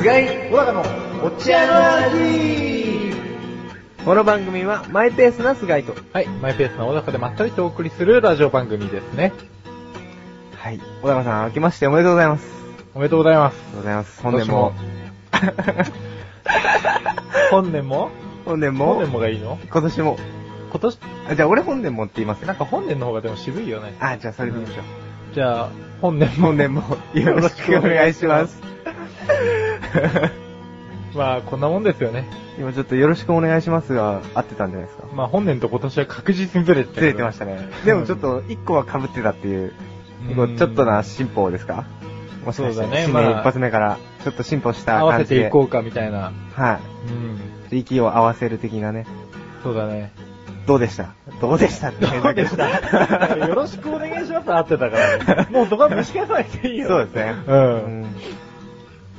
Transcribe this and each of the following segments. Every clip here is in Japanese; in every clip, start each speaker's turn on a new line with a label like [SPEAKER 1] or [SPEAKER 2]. [SPEAKER 1] 菅井小高のお茶の味
[SPEAKER 2] この番組はマイペースな菅井と。
[SPEAKER 3] はい、マイペースな小高でまったりとお送りするラジオ番組ですね。
[SPEAKER 2] はい。小高さん、明けましておめでとうございます。あり
[SPEAKER 3] おめでとうございます。
[SPEAKER 2] がとうございます。本年も。
[SPEAKER 3] 本年も
[SPEAKER 2] 本年
[SPEAKER 3] 本
[SPEAKER 2] も
[SPEAKER 3] 年もがいいの
[SPEAKER 2] 今年も。
[SPEAKER 3] 今年、
[SPEAKER 2] あじゃあ俺本年もって言います
[SPEAKER 3] な
[SPEAKER 2] よ
[SPEAKER 3] ん。か本年の方がでも渋いよね。
[SPEAKER 2] あ、じゃあそれでいいでしょう。
[SPEAKER 3] じゃあ、本年も。
[SPEAKER 2] 本年もよろしくお願いします。
[SPEAKER 3] まあ、こんなもんですよね。
[SPEAKER 2] 今ちょっとよろしくお願いしますが、合ってたんじゃないですか。
[SPEAKER 3] まあ、本年と今年は確実にずれてたけ
[SPEAKER 2] ず
[SPEAKER 3] ど
[SPEAKER 2] れてましたね。でもちょっと一個は被ってたっていう、
[SPEAKER 3] うん
[SPEAKER 2] こうちょっとな進歩ですかもしかし
[SPEAKER 3] そうだ
[SPEAKER 2] て、
[SPEAKER 3] ね
[SPEAKER 2] 新
[SPEAKER 3] ま
[SPEAKER 2] 年
[SPEAKER 3] あ
[SPEAKER 2] 一発目からちょっと進歩した
[SPEAKER 3] 合わ
[SPEAKER 2] 感
[SPEAKER 3] せ
[SPEAKER 2] じ
[SPEAKER 3] て
[SPEAKER 2] で。
[SPEAKER 3] いこうかみたいな。
[SPEAKER 2] は
[SPEAKER 3] うん。
[SPEAKER 2] い。息を合わせる的なね。
[SPEAKER 3] そうだね。
[SPEAKER 2] どうでしたどうでしたって変だけ ど
[SPEAKER 3] よろしくお願いします。合ってたから、ね。もうそこは蒸し返さなくていいよ。
[SPEAKER 2] そうですね。
[SPEAKER 3] う。
[SPEAKER 2] うんん。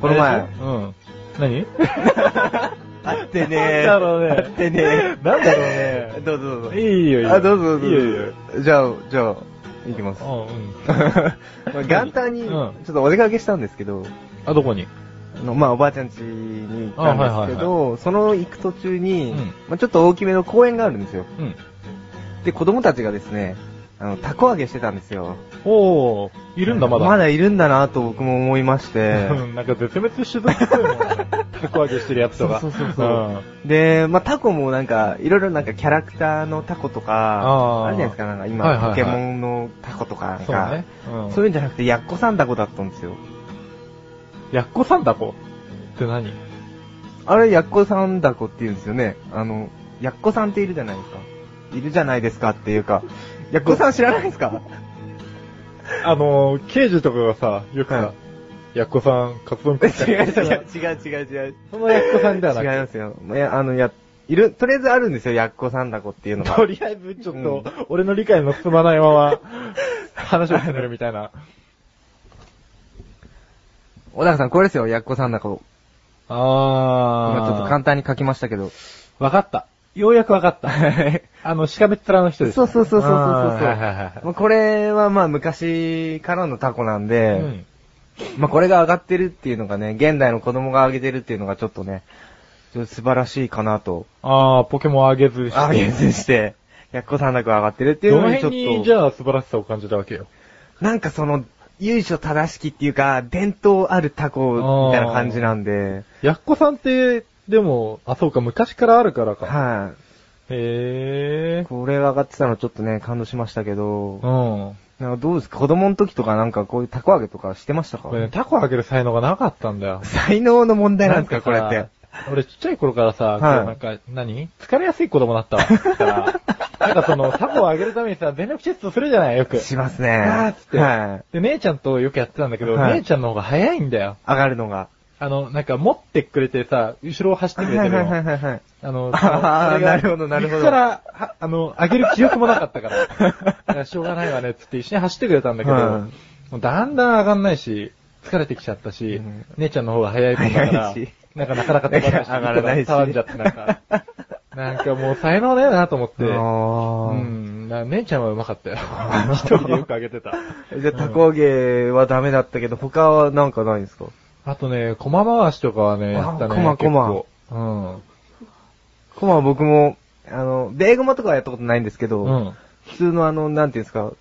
[SPEAKER 2] この前、
[SPEAKER 3] うん。何
[SPEAKER 2] あってね
[SPEAKER 3] なんだろうね
[SPEAKER 2] あってね
[SPEAKER 3] なんだろうね
[SPEAKER 2] どうぞどうぞ。
[SPEAKER 3] いいよ、いいよ。
[SPEAKER 2] あ、どうぞどうぞ。
[SPEAKER 3] いいよ、いいよ。
[SPEAKER 2] じゃあ、じゃあ、行き ます。
[SPEAKER 3] うんうん。
[SPEAKER 2] まあ元旦に、ち
[SPEAKER 3] うん
[SPEAKER 2] ょっとお出かけしたんですけど、
[SPEAKER 3] あ、どこに
[SPEAKER 2] あの、まあ、おばあちゃん家に行ったんですけ
[SPEAKER 3] あはい
[SPEAKER 2] ど、その行く途中に
[SPEAKER 3] うん、
[SPEAKER 2] まあちょっと大きめの公園があるんですよ。
[SPEAKER 3] うん。
[SPEAKER 2] で、子供たちがですね、あの、たこ揚げしてたんですよ。
[SPEAKER 3] おー、い
[SPEAKER 2] い
[SPEAKER 3] るんだ、まだ。
[SPEAKER 2] まだいるんだなと僕も思い まして。
[SPEAKER 3] うん、なんか絶滅してたっぽいもんね。たこ揚げしてるやつとか。
[SPEAKER 2] そうそうそうそうで、まあ、タコもなんか、いろいろなんかキャラクターのタコと
[SPEAKER 3] あ
[SPEAKER 2] か、
[SPEAKER 3] ー
[SPEAKER 2] あるじゃないですか、なんか今、
[SPEAKER 3] はいはいはい
[SPEAKER 2] ポケモンのタコとかなん
[SPEAKER 3] ん。
[SPEAKER 2] か、
[SPEAKER 3] そうね。うん。
[SPEAKER 2] そういうんじゃなくて、ヤッコさんタコだったんですよ。
[SPEAKER 3] やっこさんだこって何
[SPEAKER 2] あれ、ヤッコさんタコって言うんですよね。あの、ヤッコさんっているじゃないですか。いるじゃないですかっていうか、ヤッコさん知らないですか
[SPEAKER 3] あのー、刑事とかがさ、よく
[SPEAKER 2] は
[SPEAKER 3] さ、やっこさん、カツ丼食ってたりしてた。
[SPEAKER 2] 違う違う違う。
[SPEAKER 3] そのやっこさんでは
[SPEAKER 2] 違い
[SPEAKER 3] なく
[SPEAKER 2] ますよ。いや、あの、や、いる、とりあえずあるんですよ、ヤッコさんタコっていうのが。
[SPEAKER 3] とりあえず、ちょっと、俺の理解の進まないまま、話を進めるみたいな。
[SPEAKER 2] 小高さん、これですよ、ヤッコさんタコ。今ちょっと
[SPEAKER 3] あ
[SPEAKER 2] 簡単に書きましたけど。
[SPEAKER 3] ー。わかった。ようやくわか った。あの、しかめっ面の人です。
[SPEAKER 2] そうそうそうそうそうそう
[SPEAKER 3] あーはいはいはいはい。
[SPEAKER 2] まあ、これはまあ昔からのタコなんで、
[SPEAKER 3] うん
[SPEAKER 2] まあこれが上がってるっていうのがね、現代の子供が上げてるっていうのがちょっとね、ちょっと素晴らしいかなと、
[SPEAKER 3] ああ、ポケモンあげずして。
[SPEAKER 2] 上げずして、やっこさんだく上がってるっていう
[SPEAKER 3] ど
[SPEAKER 2] の
[SPEAKER 3] の
[SPEAKER 2] にち
[SPEAKER 3] 辺
[SPEAKER 2] ょ
[SPEAKER 3] に、
[SPEAKER 2] っ
[SPEAKER 3] じ
[SPEAKER 2] と、
[SPEAKER 3] ゃあ素晴らしさを感じたわけよ。
[SPEAKER 2] なんかその、由緒正しきっていうか、伝統あるタコみたいな感じなんで、
[SPEAKER 3] やっこさんって、でも、あ、そうか、昔からあるからか。
[SPEAKER 2] は
[SPEAKER 3] へ
[SPEAKER 2] い。
[SPEAKER 3] え。
[SPEAKER 2] これが上がってたのちょっとね、感動しましたけ
[SPEAKER 3] う
[SPEAKER 2] ど、
[SPEAKER 3] ん。
[SPEAKER 2] なんかどうですか子供の時とかなんかこういうタコ揚げとかしてましたか
[SPEAKER 3] これね、タコあげる才能がなかったんだよ。
[SPEAKER 2] 才能の問題なんですかこれ
[SPEAKER 3] なん
[SPEAKER 2] っ
[SPEAKER 3] か
[SPEAKER 2] て
[SPEAKER 3] さ。。俺ちっちゃい頃からさ、こう
[SPEAKER 2] はい
[SPEAKER 3] なんか、何疲れやすい子供だったわ。だ からなんかその、タコをあげるためにさ、全力チェストするじゃないよく。
[SPEAKER 2] しますね。
[SPEAKER 3] あーっつって
[SPEAKER 2] はい。
[SPEAKER 3] で、姉ちゃんとよくやってたんだけど、
[SPEAKER 2] はい
[SPEAKER 3] 姉ちゃんの方が早いんだよ。
[SPEAKER 2] 上がるのが。
[SPEAKER 3] あの、なんか持ってくれてさ、後ろを走ってくれてるの。
[SPEAKER 2] はいはい。
[SPEAKER 3] あの、
[SPEAKER 2] あー
[SPEAKER 3] それが
[SPEAKER 2] なるほどなるほど
[SPEAKER 3] 陸から、はあの、上げる気力もなかったから。だ からしょうがないわね、つって一緒に走ってくれたんだけど、
[SPEAKER 2] はい
[SPEAKER 3] もうだんだん上がんないし、疲れてきちゃったし、
[SPEAKER 2] うん
[SPEAKER 3] 姉ちゃんの方が早いもんだから
[SPEAKER 2] 早いし、
[SPEAKER 3] なんかなかなか手放して
[SPEAKER 2] 上がらないし
[SPEAKER 3] 触んじゃってなんか、なんかもう才能だよなと思って、う
[SPEAKER 2] あ
[SPEAKER 3] ん、だから姉ちゃんは上手かったよ。 一人でよく上げてた。
[SPEAKER 2] ー。じゃあ、タコ揚げはダメだったけど、他はなんかないんですか
[SPEAKER 3] あとね、駒回しとかはね、や
[SPEAKER 2] あー
[SPEAKER 3] ったね。
[SPEAKER 2] 駒駒
[SPEAKER 3] 結構
[SPEAKER 2] コマは僕も、あの、ベーゴマとかはやったことないんですけど、
[SPEAKER 3] うん。うん。
[SPEAKER 2] 普通のあの、なんていうんですか、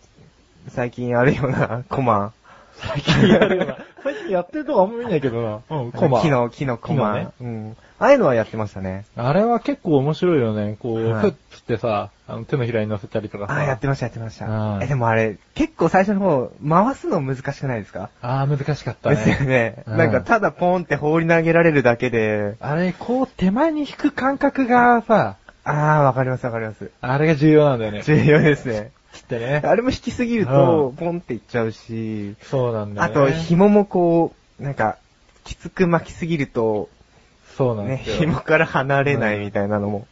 [SPEAKER 2] 最近あるようなコマ。
[SPEAKER 3] 最近やるような。 最近やってるとこあんま見ないけどな。うん、コマ。
[SPEAKER 2] 木の、木のコ
[SPEAKER 3] 木
[SPEAKER 2] マ。
[SPEAKER 3] のね
[SPEAKER 2] うん。ああいうのはやってましたね。
[SPEAKER 3] あれは結構面白いよね。こう、
[SPEAKER 2] はい
[SPEAKER 3] ふっつってさ、あの手のひらに乗せたりとかさ。
[SPEAKER 2] ああ、やってました、やってまし
[SPEAKER 3] う
[SPEAKER 2] た。
[SPEAKER 3] ん
[SPEAKER 2] え、でもあれ、結構最初の方、回すの難しくないですか
[SPEAKER 3] あー難しかった
[SPEAKER 2] ですよ
[SPEAKER 3] ね。
[SPEAKER 2] ね。
[SPEAKER 3] うん
[SPEAKER 2] なんか、ただポンって放り投げられるだけで、
[SPEAKER 3] あれ、こう手前に引く感覚がさ、
[SPEAKER 2] ああ、わかります、わかります。
[SPEAKER 3] あれが重要なんだよね。
[SPEAKER 2] 重要ですね。
[SPEAKER 3] つってね。
[SPEAKER 2] あれも引きすぎると、ポンっていっちゃうし、
[SPEAKER 3] そうなんだ
[SPEAKER 2] あ
[SPEAKER 3] よね。
[SPEAKER 2] と、紐もこう、なんか、きつく巻きすぎると、
[SPEAKER 3] そうなん
[SPEAKER 2] ね、
[SPEAKER 3] ですよ。
[SPEAKER 2] 紐から離れないみたいなのも。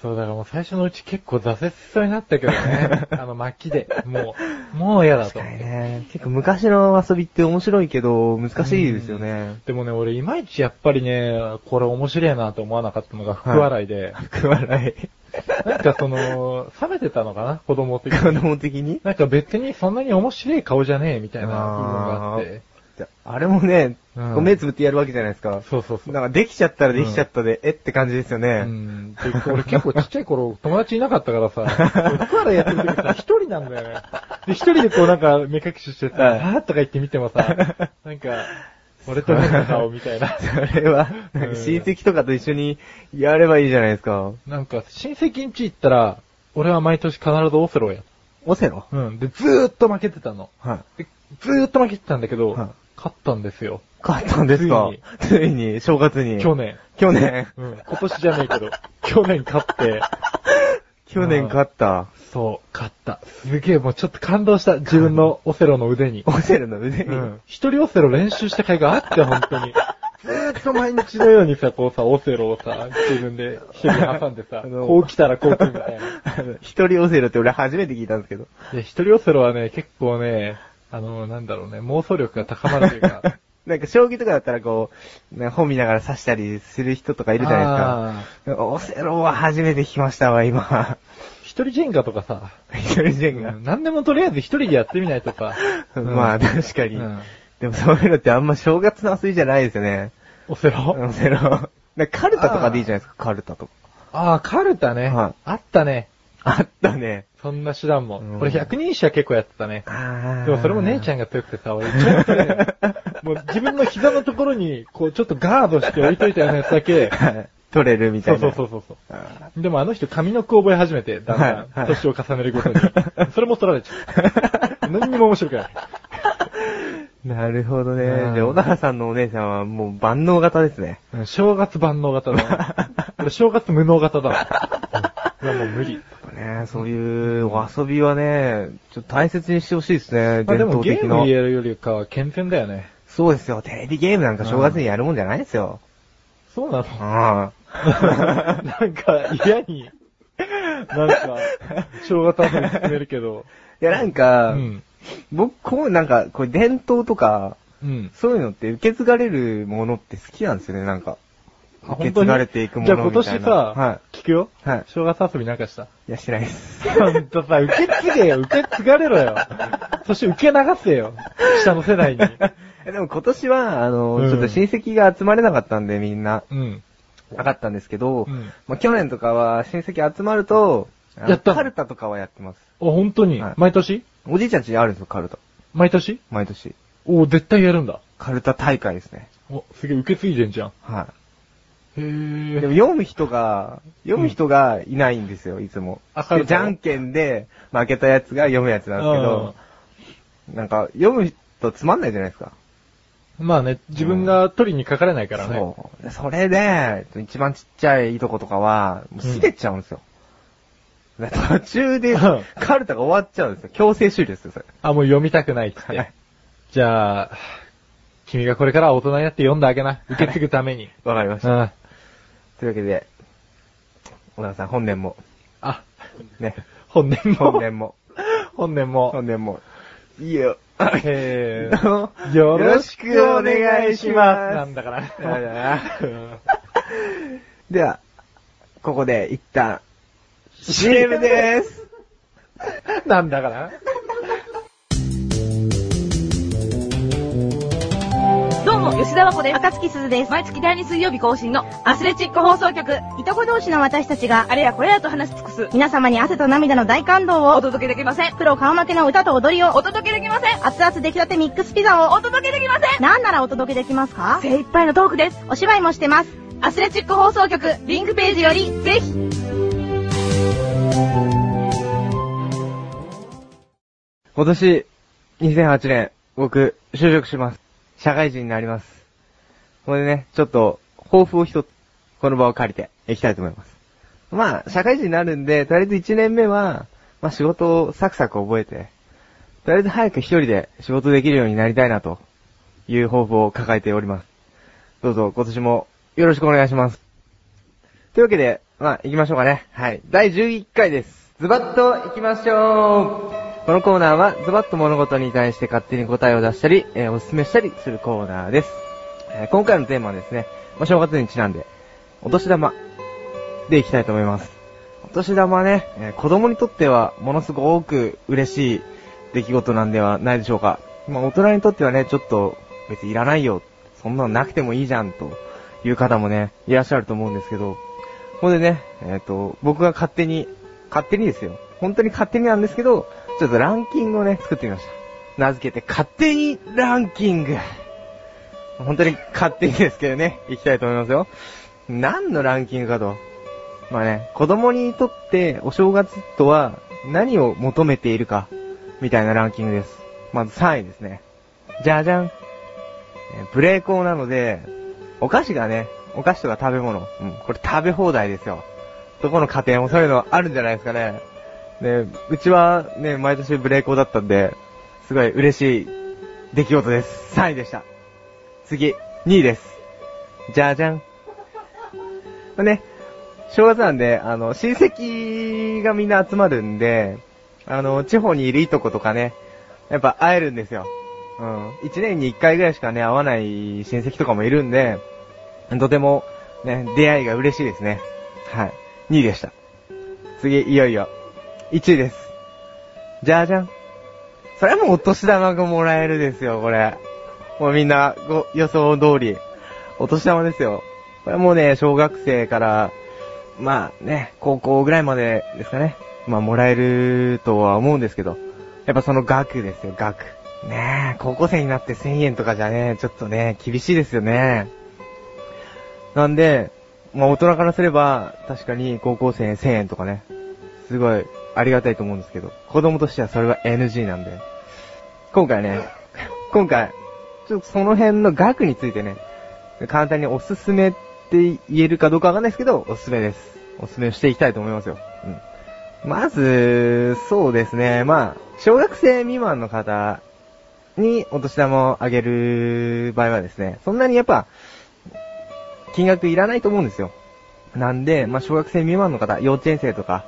[SPEAKER 3] そう、だからもう最初のうち結構挫折しそうになったけど ね。あの巻きで。もう、もう嫌だと思って。
[SPEAKER 2] ね、結構昔の遊びって面白いけど、難しいですよね。
[SPEAKER 3] でもね、俺いまいちやっぱりね、これ面白いなと思わなかったのが福笑いで、
[SPEAKER 2] 福笑い。
[SPEAKER 3] なんかその、冷めてたのかな子供的
[SPEAKER 2] 子
[SPEAKER 3] に。
[SPEAKER 2] 供的に
[SPEAKER 3] なんか別にそんなに面白い顔じゃねえみたいな部分があって、
[SPEAKER 2] じゃあれもね、
[SPEAKER 3] うん
[SPEAKER 2] こう目つぶってやるわけじゃないですか。
[SPEAKER 3] そうそうそう。
[SPEAKER 2] なんかできちゃったらできちゃったで、えって感じですよ
[SPEAKER 3] う
[SPEAKER 2] ね。
[SPEAKER 3] ん。で俺結構ちっちゃい頃、友達いなかったからさ、僕らやってる時さ、一人なんだよね。で、一人でこうなんか目隠ししてさ、
[SPEAKER 2] はい
[SPEAKER 3] あーとか言ってみてもさ、なんか、俺と目の顔みたい な。
[SPEAKER 2] それは、なんか親戚とかと一緒にやればいいじゃないですか。
[SPEAKER 3] なんか、親戚ん家行ったら、俺は毎年必ずオセロをやっ
[SPEAKER 2] オセロ
[SPEAKER 3] うん。で、ずーっと負けてたの。
[SPEAKER 2] はい。
[SPEAKER 3] で、ずーっと負けてたんだけど、
[SPEAKER 2] はい
[SPEAKER 3] 勝ったんですよ。
[SPEAKER 2] 勝ったんですかついに、正月に。
[SPEAKER 3] 去。年。
[SPEAKER 2] 去年。
[SPEAKER 3] うん。今年じゃねえけ ど、去年勝って、
[SPEAKER 2] 去年勝った。
[SPEAKER 3] そう、勝った。すげえ、もうちょっと感動した。自分 のオセロの腕に。
[SPEAKER 2] オセロの腕に。
[SPEAKER 3] うん。一人オセロ練習した甲斐があって、本当に。ずーっと毎日のようにさ、こうさ、オセロをさ、自分で一人挟んでさ、
[SPEAKER 2] あの
[SPEAKER 3] こう来たらこう来るみたい な。
[SPEAKER 2] あの一人オセロって俺初めて聞いたんですけど。
[SPEAKER 3] で、一人オセロはね、結構ね、あの、なんだろうね、妄想力が高まるという か。
[SPEAKER 2] なんか将棋とかだったらこう、ね本見ながら指したりする人とかいるじゃない
[SPEAKER 3] あー
[SPEAKER 2] ですか。オセロは初めて聞きましたわ、今。
[SPEAKER 3] 一人ジェンガとかさ、
[SPEAKER 2] 一人ジェン
[SPEAKER 3] う
[SPEAKER 2] ガ。
[SPEAKER 3] ん何でもとりあえず一人でやってみないとか
[SPEAKER 2] まあ確かに。でもそういうのってあんま正月の遊びじゃないですよね。
[SPEAKER 3] オセロ
[SPEAKER 2] オセロ。なんかカルタとかでいいじゃないですか、カルタとか。
[SPEAKER 3] ああ、カルタね。
[SPEAKER 2] はい
[SPEAKER 3] あったね。
[SPEAKER 2] あったね。
[SPEAKER 3] そんな手段も。
[SPEAKER 2] うん
[SPEAKER 3] 俺百人一首は結構やってたね。
[SPEAKER 2] あ
[SPEAKER 3] でもそれも姉ちゃ
[SPEAKER 2] ん。
[SPEAKER 3] んが強くてさ、俺ちょっとね、も う自分の膝のところに、こうちょっとガードして置いといたようなやつだけ、
[SPEAKER 2] はい取れる み
[SPEAKER 3] そう
[SPEAKER 2] たいな。
[SPEAKER 3] そうそうそうそう。
[SPEAKER 2] あー
[SPEAKER 3] でもあの人髪の毛覚え始めて、だんだん、
[SPEAKER 2] はいはい
[SPEAKER 3] 年を重ねるごとに。それも取られちゃ う。何にも面白くない。
[SPEAKER 2] なるほどね。
[SPEAKER 3] うん
[SPEAKER 2] で、小高さんのお姉さんはもう万能型ですね。
[SPEAKER 3] うん正月万能型 だな。俺正月無能型だわ。うんいやもう無理。
[SPEAKER 2] ねそういうお遊びはね、ちょっと大切にしてほしいですね。
[SPEAKER 3] まあで
[SPEAKER 2] 伝
[SPEAKER 3] も
[SPEAKER 2] 統
[SPEAKER 3] ゲ
[SPEAKER 2] 的
[SPEAKER 3] ー
[SPEAKER 2] な
[SPEAKER 3] ム。やるよりかは健全だよね。
[SPEAKER 2] そうですよ。テレビゲームなんか正月にやるもんじゃないですよ。
[SPEAKER 3] そうなの
[SPEAKER 2] うん。 あ
[SPEAKER 3] なんか嫌に、なんか、正月遊び進めるけど。
[SPEAKER 2] いや、なん
[SPEAKER 3] う
[SPEAKER 2] か、
[SPEAKER 3] ん。
[SPEAKER 2] 僕、こう、なんか、こういう伝統とか、
[SPEAKER 3] うん。
[SPEAKER 2] そういうのって受け継がれるものって好きなんですよね、なんか。
[SPEAKER 3] あ
[SPEAKER 2] 受け継がれていくものみたいな。
[SPEAKER 3] じゃあ今年さ、
[SPEAKER 2] は
[SPEAKER 3] 聞くよ。
[SPEAKER 2] い。はい。
[SPEAKER 3] 正月遊びなんかした。
[SPEAKER 2] いや、しないです。
[SPEAKER 3] ほんとさ、受け継げよ、受け継がれろよ。そして受け流せよ。下の世代に。
[SPEAKER 2] えでも今年は、あの、
[SPEAKER 3] うん
[SPEAKER 2] ちょっと親戚が集まれなかったんで、みんな。
[SPEAKER 3] うん。
[SPEAKER 2] なかったんですけど、
[SPEAKER 3] うん
[SPEAKER 2] まあ、去年とかは親戚集まると、あの
[SPEAKER 3] やったの
[SPEAKER 2] カルタとかはやってます。
[SPEAKER 3] あ、本当に、
[SPEAKER 2] はい
[SPEAKER 3] 毎年
[SPEAKER 2] おじいちゃん家にあるんですよ、カルタ。
[SPEAKER 3] 毎年
[SPEAKER 2] 毎年。
[SPEAKER 3] おー絶対やるんだ。
[SPEAKER 2] カルタ大会ですね。
[SPEAKER 3] お、すげえ受け継いでんじゃん。
[SPEAKER 2] は
[SPEAKER 3] へ
[SPEAKER 2] い。で
[SPEAKER 3] ー
[SPEAKER 2] も読む人が、読む人がいないんですよ、いつも。
[SPEAKER 3] あカル
[SPEAKER 2] でじ
[SPEAKER 3] タを
[SPEAKER 2] ゃんけんで負けたやつが読むやつなんですけど、なんか読む人つまんないじゃないですか。
[SPEAKER 3] うんまあね、自分が取りにかかれないからね。
[SPEAKER 2] そう。でそれで、一番ちっちゃいいとことかは、もうすれちゃうんですよ。で途中で
[SPEAKER 3] うん、
[SPEAKER 2] カルタが終わっちゃうんですよ。強制終了ですよ、それ。
[SPEAKER 3] あ、もう読みたくないっつって。
[SPEAKER 2] はい
[SPEAKER 3] じゃあ、君がこれからは大人になって読んであげな。受け継ぐために。
[SPEAKER 2] わかりました。
[SPEAKER 3] うん。
[SPEAKER 2] というわけで、小田さん、本年も、
[SPEAKER 3] あ、
[SPEAKER 2] ね、
[SPEAKER 3] 本年も。
[SPEAKER 2] 本。年 も、
[SPEAKER 3] 本年も。
[SPEAKER 2] 本年も、いいよ。
[SPEAKER 3] へー よ
[SPEAKER 2] よろ
[SPEAKER 3] ろ
[SPEAKER 2] し
[SPEAKER 3] し
[SPEAKER 2] く
[SPEAKER 3] く
[SPEAKER 2] お
[SPEAKER 3] お
[SPEAKER 2] 願
[SPEAKER 3] 願
[SPEAKER 2] い
[SPEAKER 3] い
[SPEAKER 2] し
[SPEAKER 3] し
[SPEAKER 2] ま。
[SPEAKER 3] ますすなんだから
[SPEAKER 2] なんだから
[SPEAKER 3] うん
[SPEAKER 2] では、ここで一旦、CM です。
[SPEAKER 3] なんだから
[SPEAKER 4] どうも、吉田和子です。赤月鈴です。毎月第2水曜日更新のアスレチック放送局。
[SPEAKER 5] いとこ同士の私たちが、
[SPEAKER 4] あれやこれやと話し尽くす。
[SPEAKER 5] 皆様に汗と涙の大感動
[SPEAKER 4] お
[SPEAKER 5] を、
[SPEAKER 4] 届けできません。
[SPEAKER 5] プロ顔負けの歌と踊りを、
[SPEAKER 4] お届けできません。
[SPEAKER 5] 熱々出来立てミックスピザを、
[SPEAKER 4] お届けできませ
[SPEAKER 5] なんならお届けできますか
[SPEAKER 4] ん。精一杯のトークです。
[SPEAKER 5] お芝居もしてます。
[SPEAKER 4] アスレチック放送局、リンクページより、ぜひ。
[SPEAKER 2] 今年、2008年、僕、就職します。社会人になります。これでね、ちょっと、抱負を一つ、この場を借りて、いきたいと思います。まあ、社会人になるんで、とりあえず1年目は、まあ仕事をサクサク覚えて、とりあえず早く一人で仕事できるようになりたいな、という抱負を抱えております。どうぞ、今年も、よろしくお願いします。というわけで、まあ、行きましょうかね。はい。第11回です。ズバッと行きましょうこのコーナーは、ズバッと物事に対して勝手に答えを出したり、えーおすすめしたりするコーナーです。えー今回のテーマはですね、まあ、正月にちなんで、お年玉でいきたいと思います。お年玉ね、えー子供にとってはものすごく嬉しい出来事なんではないでしょうか。まあ、大人にとってはね、ちょっと別にいらないよ、そんなのなくてもいいじゃん、という方もね、いらっしゃると思うんですけど、ほんでね、えっ、と、僕が勝手に、勝手にですよ。本当に勝手になんですけど、ちょっとランキングをね、作ってみました。名付けて、勝手にランキング。本当に勝手にですけどね、いきたいと思いますよ。何のランキングかと。まあね、子供にとってお正月とは何を求めているか、みたいなランキングです。まず3位ですね。じゃじゃん。えーブレーコーなので、お菓子がね、お菓子とか食べ物、うん、これ食べ放題ですよ。どこの家庭もそういうのあるんじゃないですかね。ね、うちはね、毎年ブレーコーだったんで、すごい嬉しい出来事です。3位でした。次、2位です。じゃじゃん。まあね、正月なんで、あの、親戚がみんな集まるんで、あの、地方にいるいとことかね、やっぱ会えるんですよ。うん。一年に一回ぐらいしかね、会わない親戚とかもいるんで、とても、ね、出会いが嬉しいですね。はい。2位でした。次、いよいよ、1位です。じゃあじゃん。それはもうお年玉がもらえるですよ、これ。もうみんな、ご、予想通り。お年玉ですよ。これはもうね、小学生から、まあね、高校ぐらいまでですかね。まあもらえるとは思うんですけど。やっぱその額ですよ、額。ねえ、高校生になって1000円とかじゃね、ちょっとね、厳しいですよね。なんで、まあ大人からすれば、確かに高校生1000円とかね、すごいありがたいと思うんですけど、子供としてはそれは NG なんで。今回ね、今回、ちょっとその辺の額についてね、簡単におすすめって言えるかどうかわかんないですけど、おすすめです。おすすめをしていきたいと思いますよ。うん。まず、そうですね、まあ、小学生未満の方にお年玉をあげる場合はですね、そんなにやっぱ、金額いらないと思うんですよ。なんで、まあ、小学生未満の方、幼稚園生とか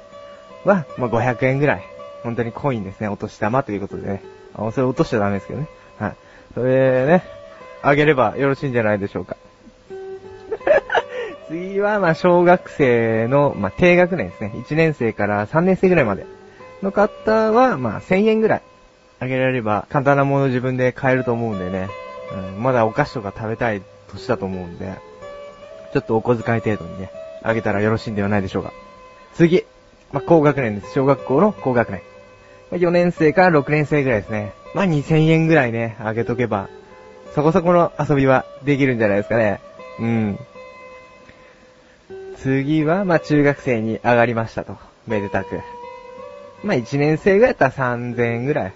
[SPEAKER 2] は、まあ、500円ぐらい。本当にコインですね、お年玉ということでね。あ、それ落としちゃダメですけどね。はい。それね、あげればよろしいんじゃないでしょうか。 次は、まあ、小学生の、まあ、低学年ですね。1年生から3年生ぐらいまでの方は、まあ、1000円ぐらいあげられれば、簡単なもの自分で買えると思うんでね。うん、まだお菓子とか食べたい年だと思うんで、ちょっとお小遣い程度にね、あげたらよろしいんではないでしょうか。次、まあ、高学年です。小学校の高学年。まあ4年生から6年生ぐらいですね。まあ、2000円ぐらいね、あげとけば、そこそこの遊びはできるんじゃないですかね。うん。次は、まあ、中学生に上がりましたと。めでたく。まあ、1年生ぐらいだったら3000円ぐらい。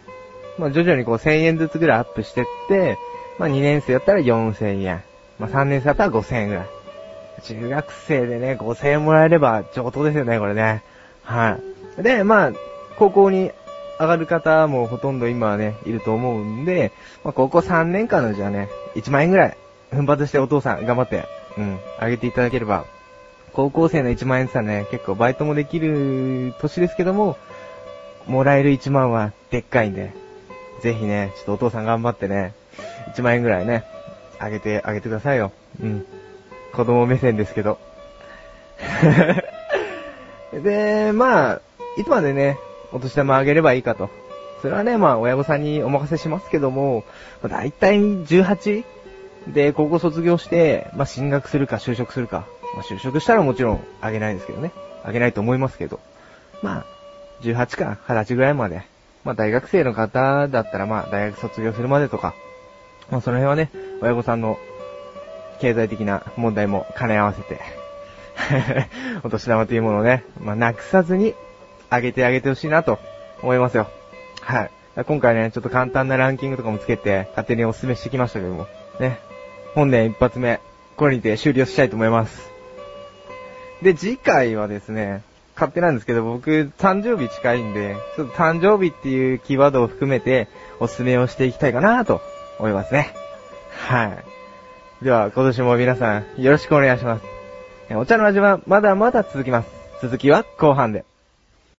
[SPEAKER 2] まあ、徐々にこう1000円ずつぐらいアップしてって、まあ、2年生だったら4000円。まあ、3年生だったら5000円ぐらい。中学生でね、5000円もらえれば上等ですよね、これね。はい。で、まあ、高校に上がる方もほとんど今はね、いると思うんで、まあ、高校3年間のじゃあね、1万円ぐらい、奮発してお父さん頑張って、うん、あげていただければ、高校生の1万円ってさね、結構バイトもできる年ですけども、もらえる1万はでっかいんで、ぜひね、ちょっとお父さん頑張ってね、1万円ぐらいね、あげて、あげてくださいよ。うん。子供目線ですけど。 で、まあ、いつまでね、お年玉あげればいいかと。それはね、まあ、親御さんにお任せしますけども、まあ、大体 18? で、高校卒業して、まあ、進学するか就職するか。まあ、就職したらもちろんあげないですけどね。あげないと思いますけど。まあ、18か20歳ぐらいまで。まあ、大学生の方だったら、まあ、大学卒業するまでとか。まあ、その辺はね、親御さんの経済的な問題も兼ね合わせて、 お年玉というものをね、まあ、なくさずに、あげてあげてほしいなと思いますよ。はい。今回ね、ちょっと簡単なランキングとかもつけて、勝手にお勧めしてきましたけども、ね。本年一発目、これにて終了したいと思います。で、次回はですね、勝手なんですけど、僕、誕生日近いんで、ちょっと誕生日っていうキーワードを含めて、お勧めをしていきたいかなと思いますね。はい。では、今年も皆さん、よろしくお願いします。えお茶の味はまだまだ続きます。続きは後半で。